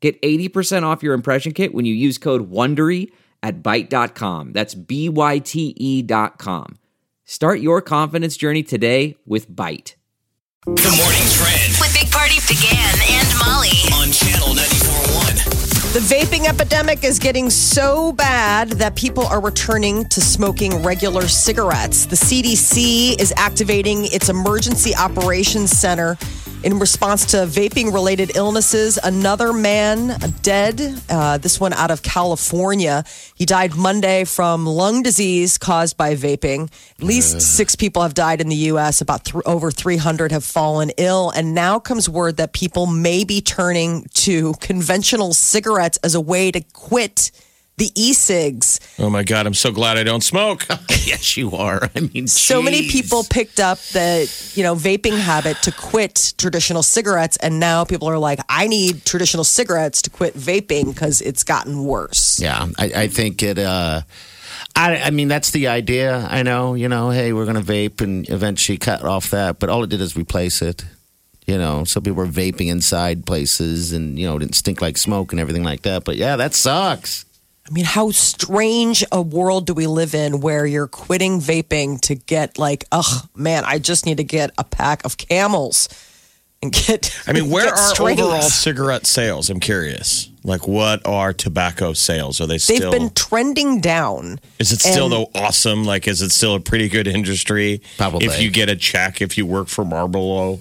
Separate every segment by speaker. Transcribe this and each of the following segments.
Speaker 1: Get 80% off your impression kit when you use code WONDERY at Byte.com. That's B-Y-T-E E dot com. Start your confidence journey today with Byte.
Speaker 2: The morning trend
Speaker 3: with Big Party began and Molly.
Speaker 2: on channel 941.
Speaker 4: The vaping epidemic is getting so bad that people are returning to smoking regular cigarettes. The CDC is activating its Emergency Operations Center in response to vaping related illnesses. Another man dead, uh, this one out of California. He died Monday from lung disease caused by vaping. At least six people have died in the U.S., about th- over 300 have fallen ill. And now comes word that people may be turning to conventional cigarettes as a way to quit the e cigs.
Speaker 5: Oh my God, I'm so glad I don't smoke.
Speaker 6: yes, you are. I mean,
Speaker 4: So many
Speaker 6: jeez.
Speaker 4: people picked up the you know vaping habit to quit traditional cigarettes, and now people are like, I need traditional cigarettes to quit vaping because it's gotten worse.
Speaker 6: Yeah, I, I think it. Uh, I, I mean, that's the idea. I know, you know, hey, we're going to vape and eventually cut off that, but all it did is replace it. You know, some people were vaping inside places and, you know, it didn't stink like smoke and everything like that. But yeah, that sucks.
Speaker 4: I mean, how strange a world do we live in where you're quitting vaping to get like, oh man, I just need to get a pack of camels and get.
Speaker 5: I mean, where
Speaker 4: get
Speaker 5: are
Speaker 4: strays.
Speaker 5: overall cigarette sales? I'm curious. Like, what are tobacco sales? Are they
Speaker 4: They've
Speaker 5: still?
Speaker 4: been trending down.
Speaker 5: is it still
Speaker 4: and-
Speaker 5: though awesome? Like, is it still a pretty good industry?
Speaker 6: Probably.
Speaker 5: If you get a check, if you work for Marlboro.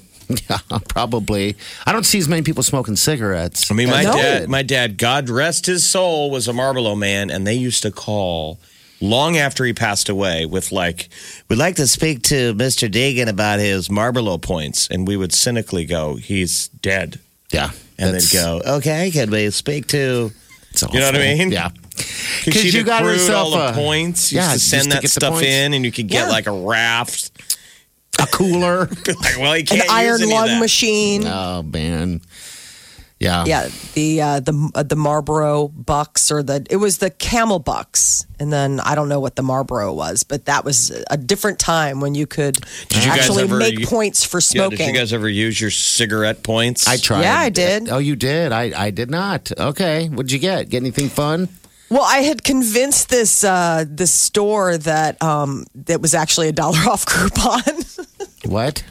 Speaker 6: Yeah, probably. I don't see as many people smoking cigarettes.
Speaker 5: I mean, my
Speaker 6: as I
Speaker 5: dad,
Speaker 6: did.
Speaker 5: my dad, God rest his soul, was a Marlboro man, and they used to call long after he passed away with like, "We'd like to speak to Mister Dagan about his Marlboro points," and we would cynically go, "He's dead,"
Speaker 6: yeah,
Speaker 5: and
Speaker 6: that's-
Speaker 5: they'd go, "Okay, can we speak to?"
Speaker 6: it's
Speaker 5: you know what I
Speaker 6: awful.
Speaker 5: mean?
Speaker 6: Yeah,
Speaker 5: Because you got yourself all the points. You
Speaker 6: yeah,
Speaker 5: used to
Speaker 6: just
Speaker 5: send
Speaker 6: to
Speaker 5: that
Speaker 6: get the
Speaker 5: stuff
Speaker 6: points.
Speaker 5: in, and you could get
Speaker 6: Yeah.
Speaker 5: like a raft.
Speaker 6: a cooler.
Speaker 5: Like, well, you
Speaker 4: An
Speaker 5: can't use
Speaker 4: iron
Speaker 5: any of
Speaker 4: lung
Speaker 5: that.
Speaker 4: machine.
Speaker 6: oh man, yeah,
Speaker 4: Yeah, the uh, the uh, the Marlboro Bucks or the it was the Camel Bucks, and then I don't know what the Marlboro was, but that was a different time when you could
Speaker 5: Did you guys
Speaker 4: actually
Speaker 5: ever-
Speaker 4: make
Speaker 5: you-
Speaker 4: points for
Speaker 5: Yeah,
Speaker 4: smoking.
Speaker 5: did you guys ever use your cigarette points?
Speaker 6: I tried.
Speaker 4: Yeah, I did.
Speaker 6: Oh, you did. I, I did not. Okay. What'd you get? Get anything fun?
Speaker 4: Well, I had convinced this uh, this store that um, that was actually a dollar off coupon.
Speaker 6: What?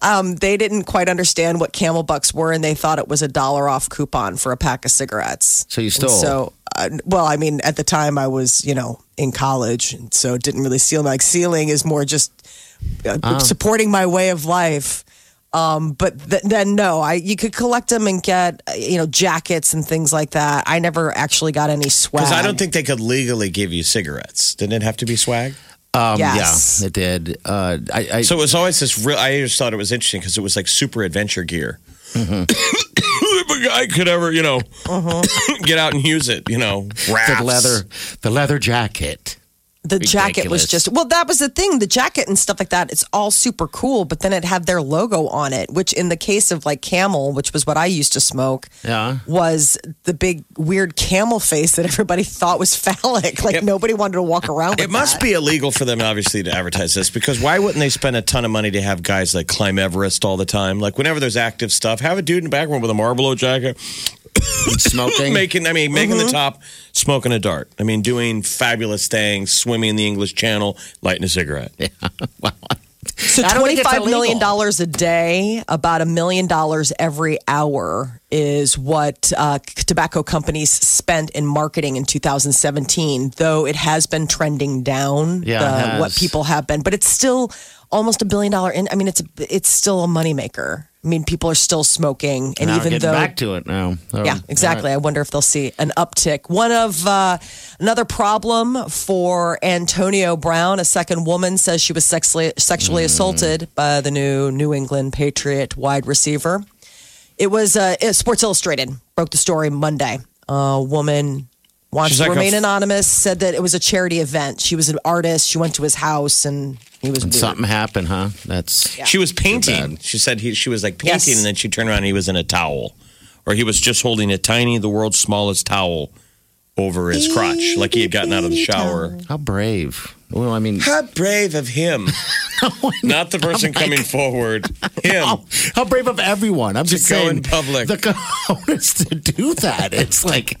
Speaker 4: um, they didn't quite understand what Camel Bucks were, and they thought it was a dollar off coupon for a pack of cigarettes.
Speaker 6: So you
Speaker 4: And
Speaker 6: stole.
Speaker 4: So, uh, well, I mean, at the time I was, you know, in college, and so it didn't really steal. Like stealing is more just uh,
Speaker 6: Ah.
Speaker 4: supporting my way of life. Um, but th- then no, I you could collect them and get uh, you know jackets and things like that. I never actually got any swag.
Speaker 5: Because I don't think they could legally give you cigarettes. Didn't it have to be swag?
Speaker 6: Um,
Speaker 4: Yes.
Speaker 6: Yeah, it did. Uh, I, I
Speaker 5: So it was always this real. I just thought it was interesting because it was like super adventure gear.
Speaker 6: Mm-hmm.
Speaker 5: if a guy could ever, you know, get out and use it, you know,
Speaker 6: Uh-huh. the
Speaker 5: rafts.
Speaker 6: leather, the leather jacket.
Speaker 4: the jacket was
Speaker 6: Ridiculous.
Speaker 4: just well that was the thing the jacket and stuff like that it's all super cool but then it had their logo on it which in the case of like camel which was what i used to smoke
Speaker 6: Yeah.
Speaker 4: was the big weird camel face that everybody thought was phallic like nobody wanted to walk around with
Speaker 5: It must be illegal for them, obviously, to advertise this because why wouldn't they spend a ton of money to have guys like climb Everest all the time? Like whenever there's active stuff, have a dude in the background with a Marlboro jacket,
Speaker 6: Smoking.
Speaker 5: making I mean making the top, smoking a dart. I mean doing fabulous things, swimming in the English Channel, lighting a cigarette.
Speaker 4: so
Speaker 6: I don't think it's
Speaker 4: 25 million
Speaker 6: illegal.
Speaker 4: dollars a day about a million dollars every hour is what uh, tobacco companies spent in marketing in 2017 though it has been trending down
Speaker 6: Yeah,
Speaker 4: the-
Speaker 6: it has.
Speaker 4: what people have been but it's still almost a billion dollar in i mean it's it's still a moneymaker i mean people are still smoking and
Speaker 6: Now we're
Speaker 4: even
Speaker 6: getting
Speaker 4: though
Speaker 6: back to it now. Oh,
Speaker 4: yeah, exactly. I wonder if they'll see an uptick. One of uh, another problem for Antonio Brown, a second woman says she was sexually,
Speaker 5: Mm.
Speaker 4: sexually assaulted by the new New England Patriot wide receiver. It was uh, it- Sports Illustrated broke the story Monday. A woman wants
Speaker 5: She's
Speaker 4: to
Speaker 5: like a
Speaker 4: remain
Speaker 5: f-
Speaker 4: anonymous, said that it was a charity event. She was an artist. She went to his house and he was
Speaker 6: And
Speaker 4: weird.
Speaker 6: something happened, huh? That's
Speaker 5: She was painting. She said he, she was like
Speaker 4: Yes.
Speaker 5: painting, and then she turned around and he was in a towel, or he was just holding a tiny, the world's smallest towel over his crotch, like he had gotten out of the shower.
Speaker 6: how brave. Well, I mean,
Speaker 5: How brave of him! Not the person coming forward. Him.
Speaker 6: how, how brave of everyone. I'm just
Speaker 5: go
Speaker 6: saying,
Speaker 5: in public.
Speaker 6: the cojones to do that. It's like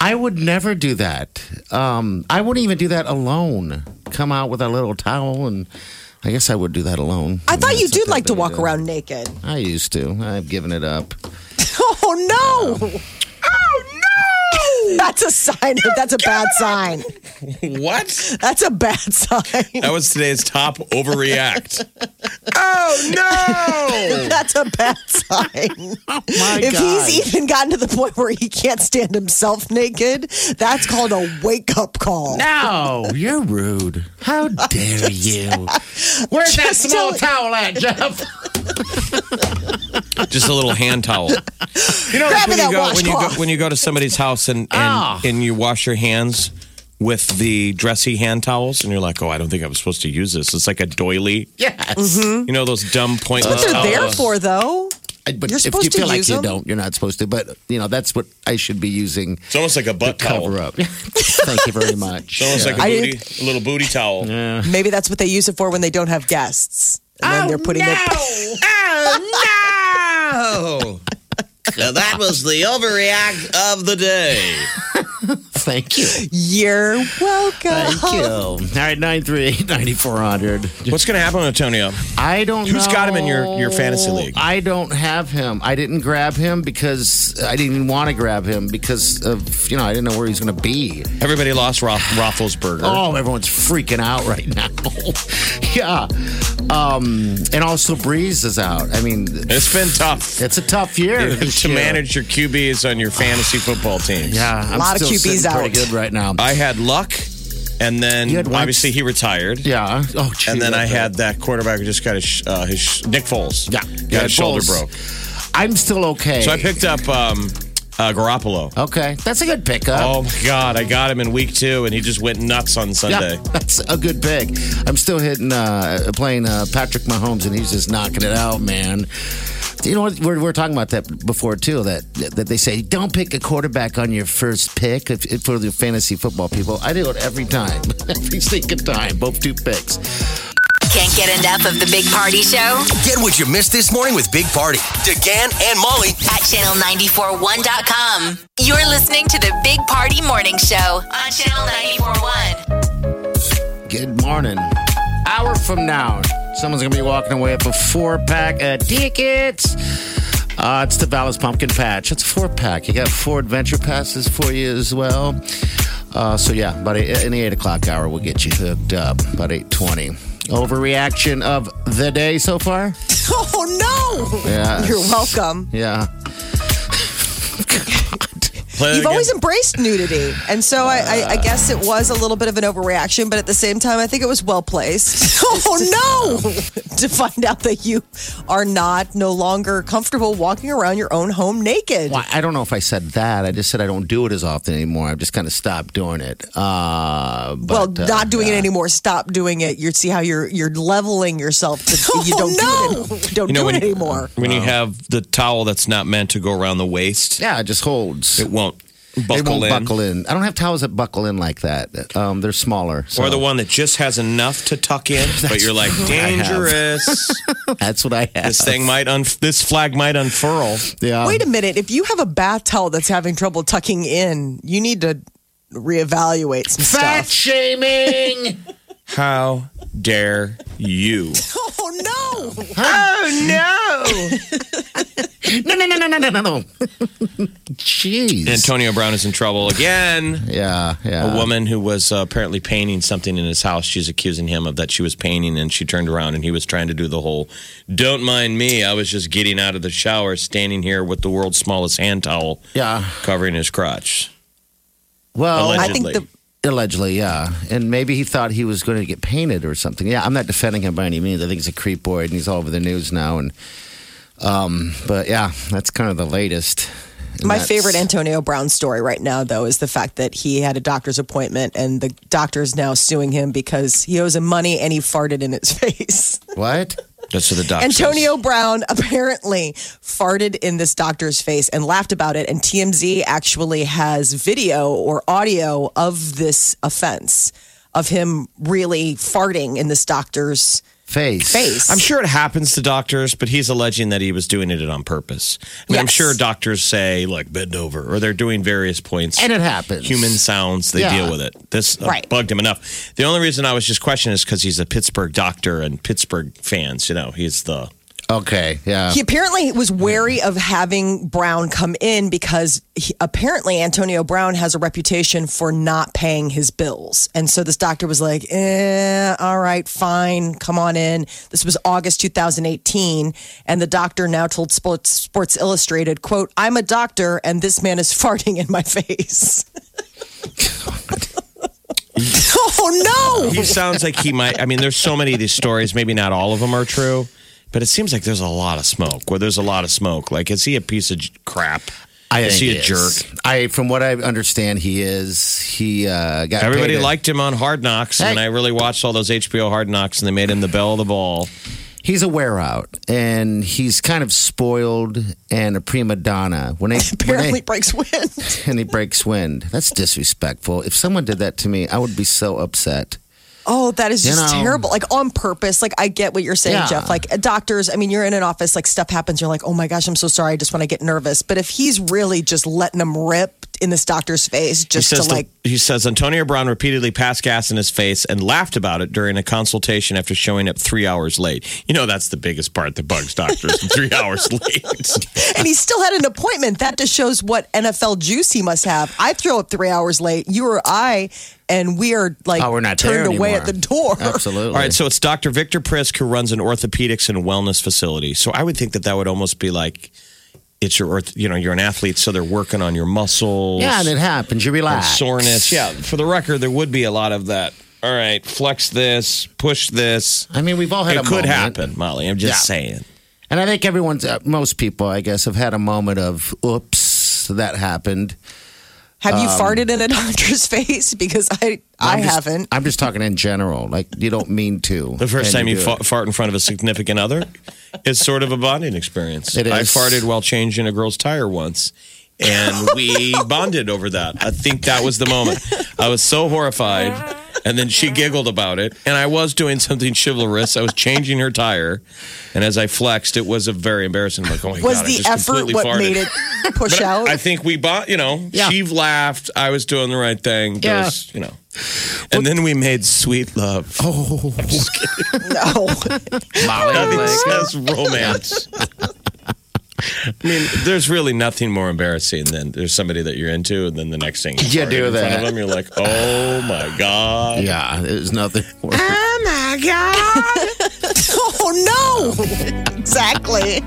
Speaker 6: I would never do that. Um, I wouldn't even do that alone. Come out with a little towel, and I guess I would do that alone.
Speaker 4: I thought
Speaker 6: mean,
Speaker 4: you
Speaker 6: that's
Speaker 4: did
Speaker 6: the
Speaker 4: like to
Speaker 6: thing
Speaker 4: walk
Speaker 6: do.
Speaker 4: around naked.
Speaker 6: I used to. I've given it up.
Speaker 4: Oh no! Oh no! That's a sign. That's a bad sign.
Speaker 5: What?
Speaker 4: That's a bad sign.
Speaker 5: That was today's top overreact.
Speaker 4: That's a bad sign.
Speaker 6: Oh, My
Speaker 4: If he's even gotten to the point where he can't stand himself naked, that's called a wake up call.
Speaker 6: No, you're rude. How dare you? Where's that
Speaker 4: Just
Speaker 6: small
Speaker 4: tell-
Speaker 6: towel at, Jeff?
Speaker 5: just a little hand towel. You know,
Speaker 4: Grab me
Speaker 5: when
Speaker 4: that
Speaker 5: you go when you go
Speaker 4: washcloth.
Speaker 5: when you go to somebody's house and and,
Speaker 6: Ah.
Speaker 5: and you wash your hands with the dressy hand towels, and you're like, oh, I don't think I'm supposed to use this. It's like a doily.
Speaker 6: Yes.
Speaker 4: Mm-hmm.
Speaker 5: You know those dumb pointless
Speaker 4: That's
Speaker 6: Uh,
Speaker 4: what they're there
Speaker 5: towels.
Speaker 4: for, though.
Speaker 6: I- But
Speaker 4: You're
Speaker 6: if
Speaker 4: supposed
Speaker 6: you
Speaker 4: to
Speaker 6: feel like
Speaker 4: use
Speaker 6: you
Speaker 4: them.
Speaker 6: don't, you're not supposed to. But you know that's what I should be using
Speaker 5: It's almost like a butt towel.
Speaker 6: cover
Speaker 5: It's
Speaker 6: up. Thank you very much.
Speaker 5: almost like a
Speaker 4: I
Speaker 5: booty, a little booty towel.
Speaker 4: Maybe that's what they use it for when they don't have guests. And then they're putting it.
Speaker 5: Oh no! now that was the overreact of the day.
Speaker 6: Thank you.
Speaker 4: You're welcome.
Speaker 6: Thank you. All right, 938 9400.
Speaker 5: What's going to happen, Antonio?
Speaker 6: I don't
Speaker 5: Who's
Speaker 6: know.
Speaker 5: got him in your- your fantasy league?
Speaker 6: I don't have him. I didn't grab him because I didn't want to grab him because of, you know, I didn't know where he's going to be.
Speaker 5: Everybody lost Roth- Roethlisberger.
Speaker 6: Oh, everyone's freaking out right now. yeah. Um, and also Breeze is out. I mean,
Speaker 5: It's been tough.
Speaker 6: it's a tough year. this
Speaker 5: to
Speaker 6: year.
Speaker 5: manage your QBs on your fantasy football teams.
Speaker 6: Yeah, I'm
Speaker 4: A lot of
Speaker 6: still
Speaker 4: QBs
Speaker 6: sitting pretty
Speaker 4: out.
Speaker 6: good right now.
Speaker 5: I had Luck, and then
Speaker 6: You had Wentz.
Speaker 5: obviously he retired.
Speaker 6: yeah. Oh, gee,
Speaker 5: And then I
Speaker 6: that's
Speaker 5: had that quarterback who just got his, sh- uh, his sh- Nick Foles.
Speaker 6: Yeah,
Speaker 5: Got
Speaker 6: yeah,
Speaker 5: his shoulder
Speaker 6: Foles.
Speaker 5: broke.
Speaker 6: I'm still okay.
Speaker 5: So I picked up um, uh, Garoppolo.
Speaker 6: Okay, that's a good pickup.
Speaker 5: Oh my God, I got him in week two, and he just went nuts on Sunday.
Speaker 6: Uh-huh. Yeah, that's a good pick. I'm still hitting, uh, playing uh, Patrick Mahomes, and he's just knocking it out, man. You know what? We're, we're talking about that before too. That that they say don't pick a quarterback on your first pick if, if for the fantasy football people. I do it every time, every single time. Both two picks.
Speaker 3: Can't get enough of the Big Party Show
Speaker 2: Get what you missed this morning with Big Party, DeGan and Molly
Speaker 3: at channel941.com. You're listening to the Big Party Morning Show on Channel 941.
Speaker 6: Good morning. Hour from now, someone's gonna be walking away with a four pack of tickets. Uh, it's the Vallis Pumpkin Patch. It's a four pack. You got four adventure passes for you as well. Uh, so yeah, about eight, in the eight o'clock hour, we'll get you hooked up. About eight twenty. Overreaction of the day so far?
Speaker 4: Oh no!
Speaker 6: Yes.
Speaker 4: You're welcome.
Speaker 6: Yeah.
Speaker 5: Play that
Speaker 4: You've
Speaker 5: Uh, again.
Speaker 4: always embraced nudity, and so I, I, I guess it was a little bit of an overreaction, but at the same time, I think it was well placed. oh no! to find out that you are not no longer comfortable walking around your own home naked.
Speaker 6: Well, I don't know if I said that. I just said I don't do it as often anymore. I've just kind of stopped doing it. Uh,
Speaker 4: well,
Speaker 6: but, uh,
Speaker 4: not doing it anymore. Stop doing it. You see how you're you're leveling yourself. To, you don't do it. any- Don't
Speaker 5: Oh, You know,
Speaker 4: do
Speaker 5: when
Speaker 4: it
Speaker 5: you-
Speaker 4: anymore.
Speaker 5: When you have the towel that's not meant to go around the waist,
Speaker 6: Yeah, it just holds.
Speaker 5: it won't buckle
Speaker 6: They won't
Speaker 5: in.
Speaker 6: buckle in. I don't have towels that buckle in like that. Um, they're smaller. So
Speaker 5: Or the one that just has enough to tuck in, but you're like
Speaker 6: have.
Speaker 5: dangerous.
Speaker 6: That's what I have.
Speaker 5: this thing might un- this flag might unfurl.
Speaker 6: Yeah.
Speaker 4: Wait a minute. If you have a bath towel that's having trouble tucking in, you need to reevaluate some
Speaker 6: Fat
Speaker 4: stuff.
Speaker 6: shaming.
Speaker 5: How dare you?
Speaker 4: Oh no!
Speaker 6: no, no, no, no, no, no, no, no. Jeez.
Speaker 5: Antonio Brown is in trouble again.
Speaker 6: yeah, yeah.
Speaker 5: A woman who was uh, apparently painting something in his house. She's accusing him of that she was painting, and she turned around and he was trying to do the whole "Don't mind me, I was just getting out of the shower, standing here with the world's smallest hand towel
Speaker 6: Yeah.
Speaker 5: covering his crotch."
Speaker 6: Well,
Speaker 5: Allegedly.
Speaker 4: Oh, I think the
Speaker 6: allegedly, yeah. And maybe he thought he was going to get painted or something. Yeah, I'm not defending him by any means. I think he's a creep boy and he's all over the news now. And um, but yeah, that's kind of the latest. And
Speaker 4: My
Speaker 6: that's-
Speaker 4: favorite Antonio Brown story right now, though, is the fact that he had a doctor's appointment and the doctor is now suing him because he owes him money and he farted in his face.
Speaker 6: What?
Speaker 5: That's what the doctor.
Speaker 4: Antonio Brown apparently farted in this doctor's face and laughed about it. And TMZ actually has video or audio of this offense of him really farting in this doctor's
Speaker 6: Face.
Speaker 4: face.
Speaker 5: I'm sure it happens to doctors, but he's alleging that he was doing it on purpose. I mean, I'm
Speaker 4: Yes.
Speaker 5: sure doctors say like bend over, or they're doing various points.
Speaker 6: And it happens.
Speaker 5: human sounds. They
Speaker 6: Yeah.
Speaker 5: deal with it. This uh,
Speaker 4: Right.
Speaker 5: bugged him enough. The only reason I was just questioning is because he's a Pittsburgh doctor and Pittsburgh fans. You know, he's the
Speaker 6: Okay. Yeah.
Speaker 4: He apparently was wary of having Brown come in because he, apparently Antonio Brown has a reputation for not paying his bills. And so this doctor was like, eh, all right, fine, come on in. This was August 2018. And the doctor now told Sports, Sports Illustrated, quote, I'm a doctor and this man is farting in my face. oh, no.
Speaker 5: he sounds like he might. I mean, there's so many of these stories. Maybe not all of them are true, but it seems like there's a lot of smoke. Where there's a lot of smoke. Like, is he a piece of j- crap?
Speaker 6: I
Speaker 5: is
Speaker 6: think
Speaker 5: he a
Speaker 6: is.
Speaker 5: jerk?
Speaker 6: I, from what I understand, he is. He uh, got
Speaker 5: Everybody
Speaker 6: paid a-
Speaker 5: liked him on Hard Knocks, and
Speaker 6: Hey.
Speaker 5: I really watched all those HBO Hard Knocks, and they made him the bell of the ball.
Speaker 6: He's a wear out, and he's kind of spoiled and a prima donna. When they when
Speaker 4: Apparently
Speaker 6: they-
Speaker 4: breaks wind.
Speaker 6: and he breaks wind. That's disrespectful. If someone did that to me, I would be so upset.
Speaker 4: Oh, that is
Speaker 6: You
Speaker 4: just
Speaker 6: know.
Speaker 4: terrible. Like on purpose. Like I get what you're saying,
Speaker 6: Yeah.
Speaker 4: Jeff. Like doctors, I mean, you're in an office, like stuff happens. You're like, oh my gosh, I'm so sorry. I just want to get nervous. But if he's really just letting them rip in this doctor's face,
Speaker 5: He
Speaker 4: just to
Speaker 5: says, the-
Speaker 4: like,
Speaker 5: he says Antonio Brown repeatedly passed gas in his face and laughed about it during a consultation after showing up three hours late. You know, that's the biggest part that bugs doctors three hours late.
Speaker 4: and he still had an appointment. That just shows what NFL juice he must have. I throw up three hours late. You or I, and we are like
Speaker 6: Oh, we're not there
Speaker 4: turned away
Speaker 6: anymore.
Speaker 4: at the door.
Speaker 6: Absolutely.
Speaker 5: All right, so it's Dr. Victor Prisk who runs an orthopedics and wellness facility. So I would think that that would almost be like it's your orth, you know, you're an athlete, so they're working on your muscles.
Speaker 6: yeah, and it happens. You
Speaker 5: and
Speaker 6: relax.
Speaker 5: soreness. Yeah, for the record, there would be a lot of that. All right, flex this, push this.
Speaker 6: I mean, we've all had
Speaker 5: it
Speaker 6: a moment.
Speaker 5: could happen, Molly. I'm just
Speaker 6: Yeah.
Speaker 5: saying.
Speaker 6: And I think everyone's, uh, most people, I guess, have had a moment of, oops, that happened.
Speaker 4: Have you
Speaker 5: um,
Speaker 4: farted in a doctor's face? Because I, I
Speaker 6: I'm just-
Speaker 4: haven't.
Speaker 6: I'm just talking in general. Like, you don't mean to.
Speaker 5: The first
Speaker 6: and
Speaker 5: time you,
Speaker 6: do
Speaker 5: fa-
Speaker 6: it.
Speaker 5: fart in front of a significant other is sort of a bonding experience.
Speaker 6: It
Speaker 5: I
Speaker 6: is.
Speaker 5: farted while changing a girl's tire once, and we bonded over that. I think that was the moment. I was so horrified, and then she giggled about it. And I was doing something chivalrous. I was changing her tire, and as I flexed, it was a very embarrassing. I'm like, oh my
Speaker 4: Was
Speaker 5: god, I
Speaker 4: the
Speaker 5: just
Speaker 4: effort
Speaker 5: completely
Speaker 4: what
Speaker 5: farted.
Speaker 4: made it push
Speaker 5: But
Speaker 4: out?
Speaker 5: I think we bought, you know,
Speaker 6: Yeah.
Speaker 5: she laughed. I was doing the right thing.
Speaker 6: Yeah.
Speaker 5: Those, you know. Oh, And then we made sweet love.
Speaker 4: no.
Speaker 6: Molly,
Speaker 5: Nothing
Speaker 6: like-
Speaker 5: says romance. I mean, there's really nothing more embarrassing than there's somebody that you're into, and then the next thing
Speaker 6: You
Speaker 5: farted
Speaker 6: do
Speaker 5: in front
Speaker 6: that.
Speaker 5: of them, you're like, oh my god.
Speaker 6: yeah, there's nothing.
Speaker 4: Oh no! exactly.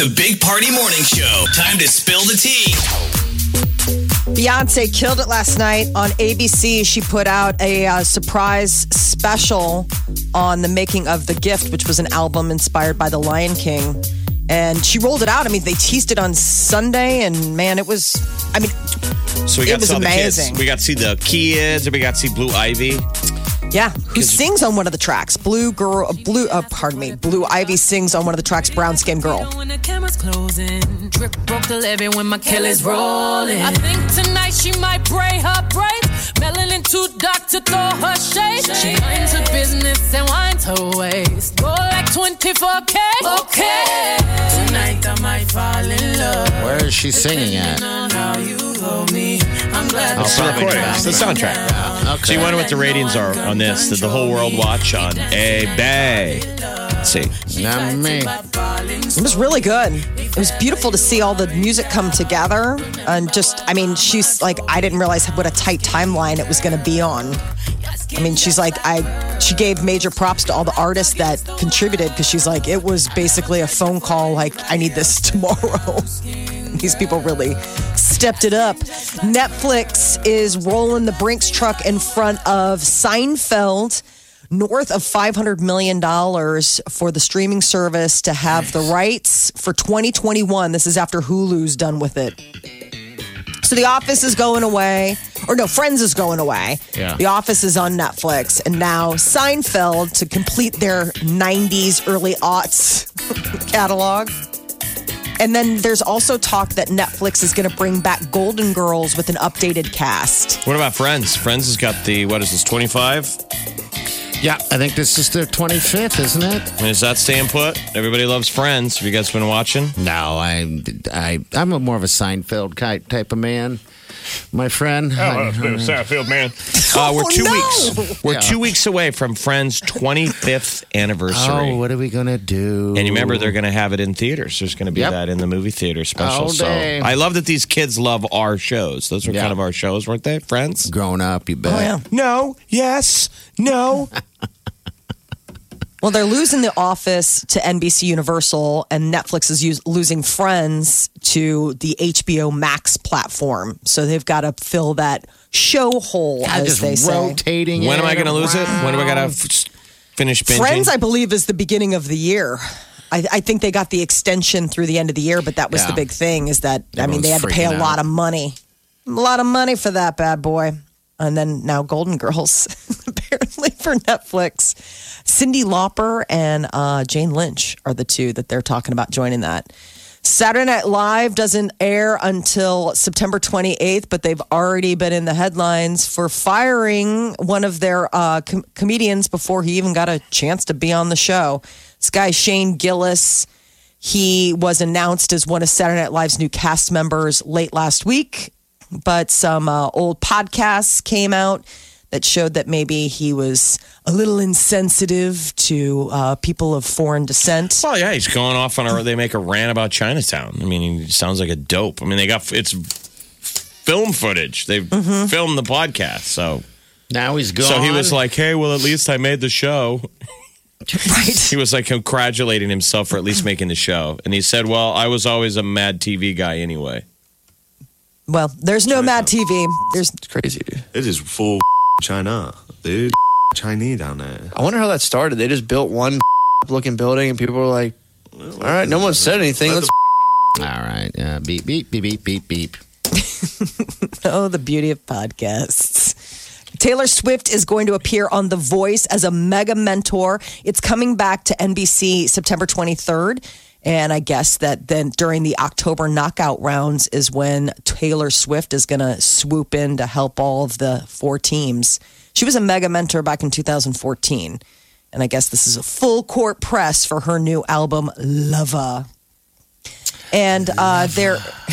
Speaker 2: The Big Party Morning Show. Time to spill the tea.
Speaker 4: Beyonce killed it last night on ABC. She put out a uh, surprise special on the making of The Gift, which was an album inspired by The Lion King. And she rolled it out. I mean, they teased it on Sunday, and man, it was. I mean,
Speaker 5: So we
Speaker 4: It
Speaker 5: got to
Speaker 4: was
Speaker 5: see all the kids.
Speaker 4: amazing.
Speaker 5: We got to see the kids, and we got to see Blue Ivy.
Speaker 4: yeah. Who sings on one of the tracks? Blue Girl, uh, Blue, uh, pardon me, Blue Ivy sings on one of the tracks, Brown Skin Girl.
Speaker 7: When the camera's closing, drip broke the levy when my killer's rolling. I think tonight she might pray her brains. Melanin too dark to throw her shade. She minds her business and winds her ways. Go like 24K. Okay. Tonight I might fall in love.
Speaker 6: Where is she singing at?
Speaker 7: How you hold me. I'm glad
Speaker 6: It's
Speaker 7: that
Speaker 6: the recording.
Speaker 7: you're
Speaker 5: It's the soundtrack.
Speaker 6: Okay.
Speaker 5: So you wonder what the ratings are on this? Did the whole world watch on A Bay? Let's see.
Speaker 6: Not me.
Speaker 4: It was really good. It was beautiful to see all the music come together. And just, I mean, she's like, I didn't realize what a tight timeline it was going to be on. I mean, she's like, I, she gave major props to all the artists that contributed because she's like, it was basically a phone call, like, I need this tomorrow. These people really stepped it up. Netflix is rolling the Brinks truck in front of Seinfeld. north of $500 million for the streaming service to have the rights for 2021. This is after Hulu's done with it. So The Office is going away, or no, Friends is going away.
Speaker 6: Yeah.
Speaker 4: The Office is on Netflix, and now Seinfeld to complete their 90s, early aughts catalog. And then there's also talk that Netflix is going to bring back Golden Girls with an updated cast.
Speaker 5: What about Friends? Friends has got the, what is this, 25?
Speaker 6: Yeah, I think this is their 25th, isn't it?
Speaker 5: And is that staying put? Everybody loves Friends. Have you guys been watching?
Speaker 6: No, I, I, I'm a more of a Seinfeld ki- type of man, my friend. I-
Speaker 5: Seinfeld, man.
Speaker 6: Oh,
Speaker 5: Uh, we're two
Speaker 4: no.
Speaker 5: weeks. We're two weeks away from Friends' 25th anniversary.
Speaker 6: oh, what are we gonna do?
Speaker 5: And you remember they're going to have it in theaters. There's going to be
Speaker 6: Yep.
Speaker 5: that in the movie theater special.
Speaker 6: All
Speaker 5: So
Speaker 6: day.
Speaker 5: I love that these kids love our shows. Those were
Speaker 6: Yeah.
Speaker 5: kind of our shows, weren't they, friends? Oh,
Speaker 6: grown up, you
Speaker 4: Oh,
Speaker 6: bet.
Speaker 5: No. Yes. No.
Speaker 4: Well, they're losing The Office to NBC Universal, and Netflix is us- losing Friends to the HBO Max platform. So they've got to fill that show hole,
Speaker 6: God,
Speaker 4: as
Speaker 6: just
Speaker 4: they say.
Speaker 6: rotating.
Speaker 5: when am I
Speaker 6: it
Speaker 5: going to lose it? When do I got to
Speaker 6: around.
Speaker 5: f- finish binging?
Speaker 4: Friends, I believe, is the beginning of the year. I, I think they got the extension through the end of the year, but that was the
Speaker 6: Yeah.
Speaker 4: big thing is that, I mean, they had to
Speaker 6: Everyone's
Speaker 4: pay a
Speaker 6: freaking out.
Speaker 4: lot of money. A lot of money for that bad boy. And then now Golden Girls, apparently for Netflix. Cindy Lauper and uh, Jane Lynch are the two that they're talking about joining that. Saturday Night Live doesn't air until September 28th, but they've already been in the headlines for firing one of their uh, com- comedians before he even got a chance to be on the show. This guy, Shane Gillis, he was announced as one of Saturday Night Live's new cast members late last week, but some uh, old podcasts came out that showed that maybe he was a little insensitive to uh, people of foreign descent.
Speaker 5: Well, yeah, he's going off on a. They make a rant about Chinatown. I mean, he sounds like a dope. I mean, they got it's film footage. They filmed the podcast, so
Speaker 6: Now he's gone.
Speaker 5: so he was like, "Hey, well, at least I made the show."
Speaker 4: Right.
Speaker 5: He was like congratulating himself for at least making the show, and he said, "Well, I was always a mad TV guy anyway."
Speaker 4: Well, there's no Mad TV. There's
Speaker 8: It's crazy, dude.
Speaker 9: It is full China. Dude, Chinese down there.
Speaker 8: I wonder how that started. They just built one looking building, and people were like, "All right, no one said anything. Let's."
Speaker 6: all right, yeah, beep, beep, beep, beep, beep, beep.
Speaker 4: oh, the beauty of podcasts. Taylor Swift is going to appear on The Voice as a mega mentor. It's coming back to NBC September 23rd. And I guess that then during the October knockout rounds is when Taylor Swift is going to swoop in to help all of the four teams. She was a mega mentor back in 2014. And I guess this is a full court press for her new album, Lava. And uh, there,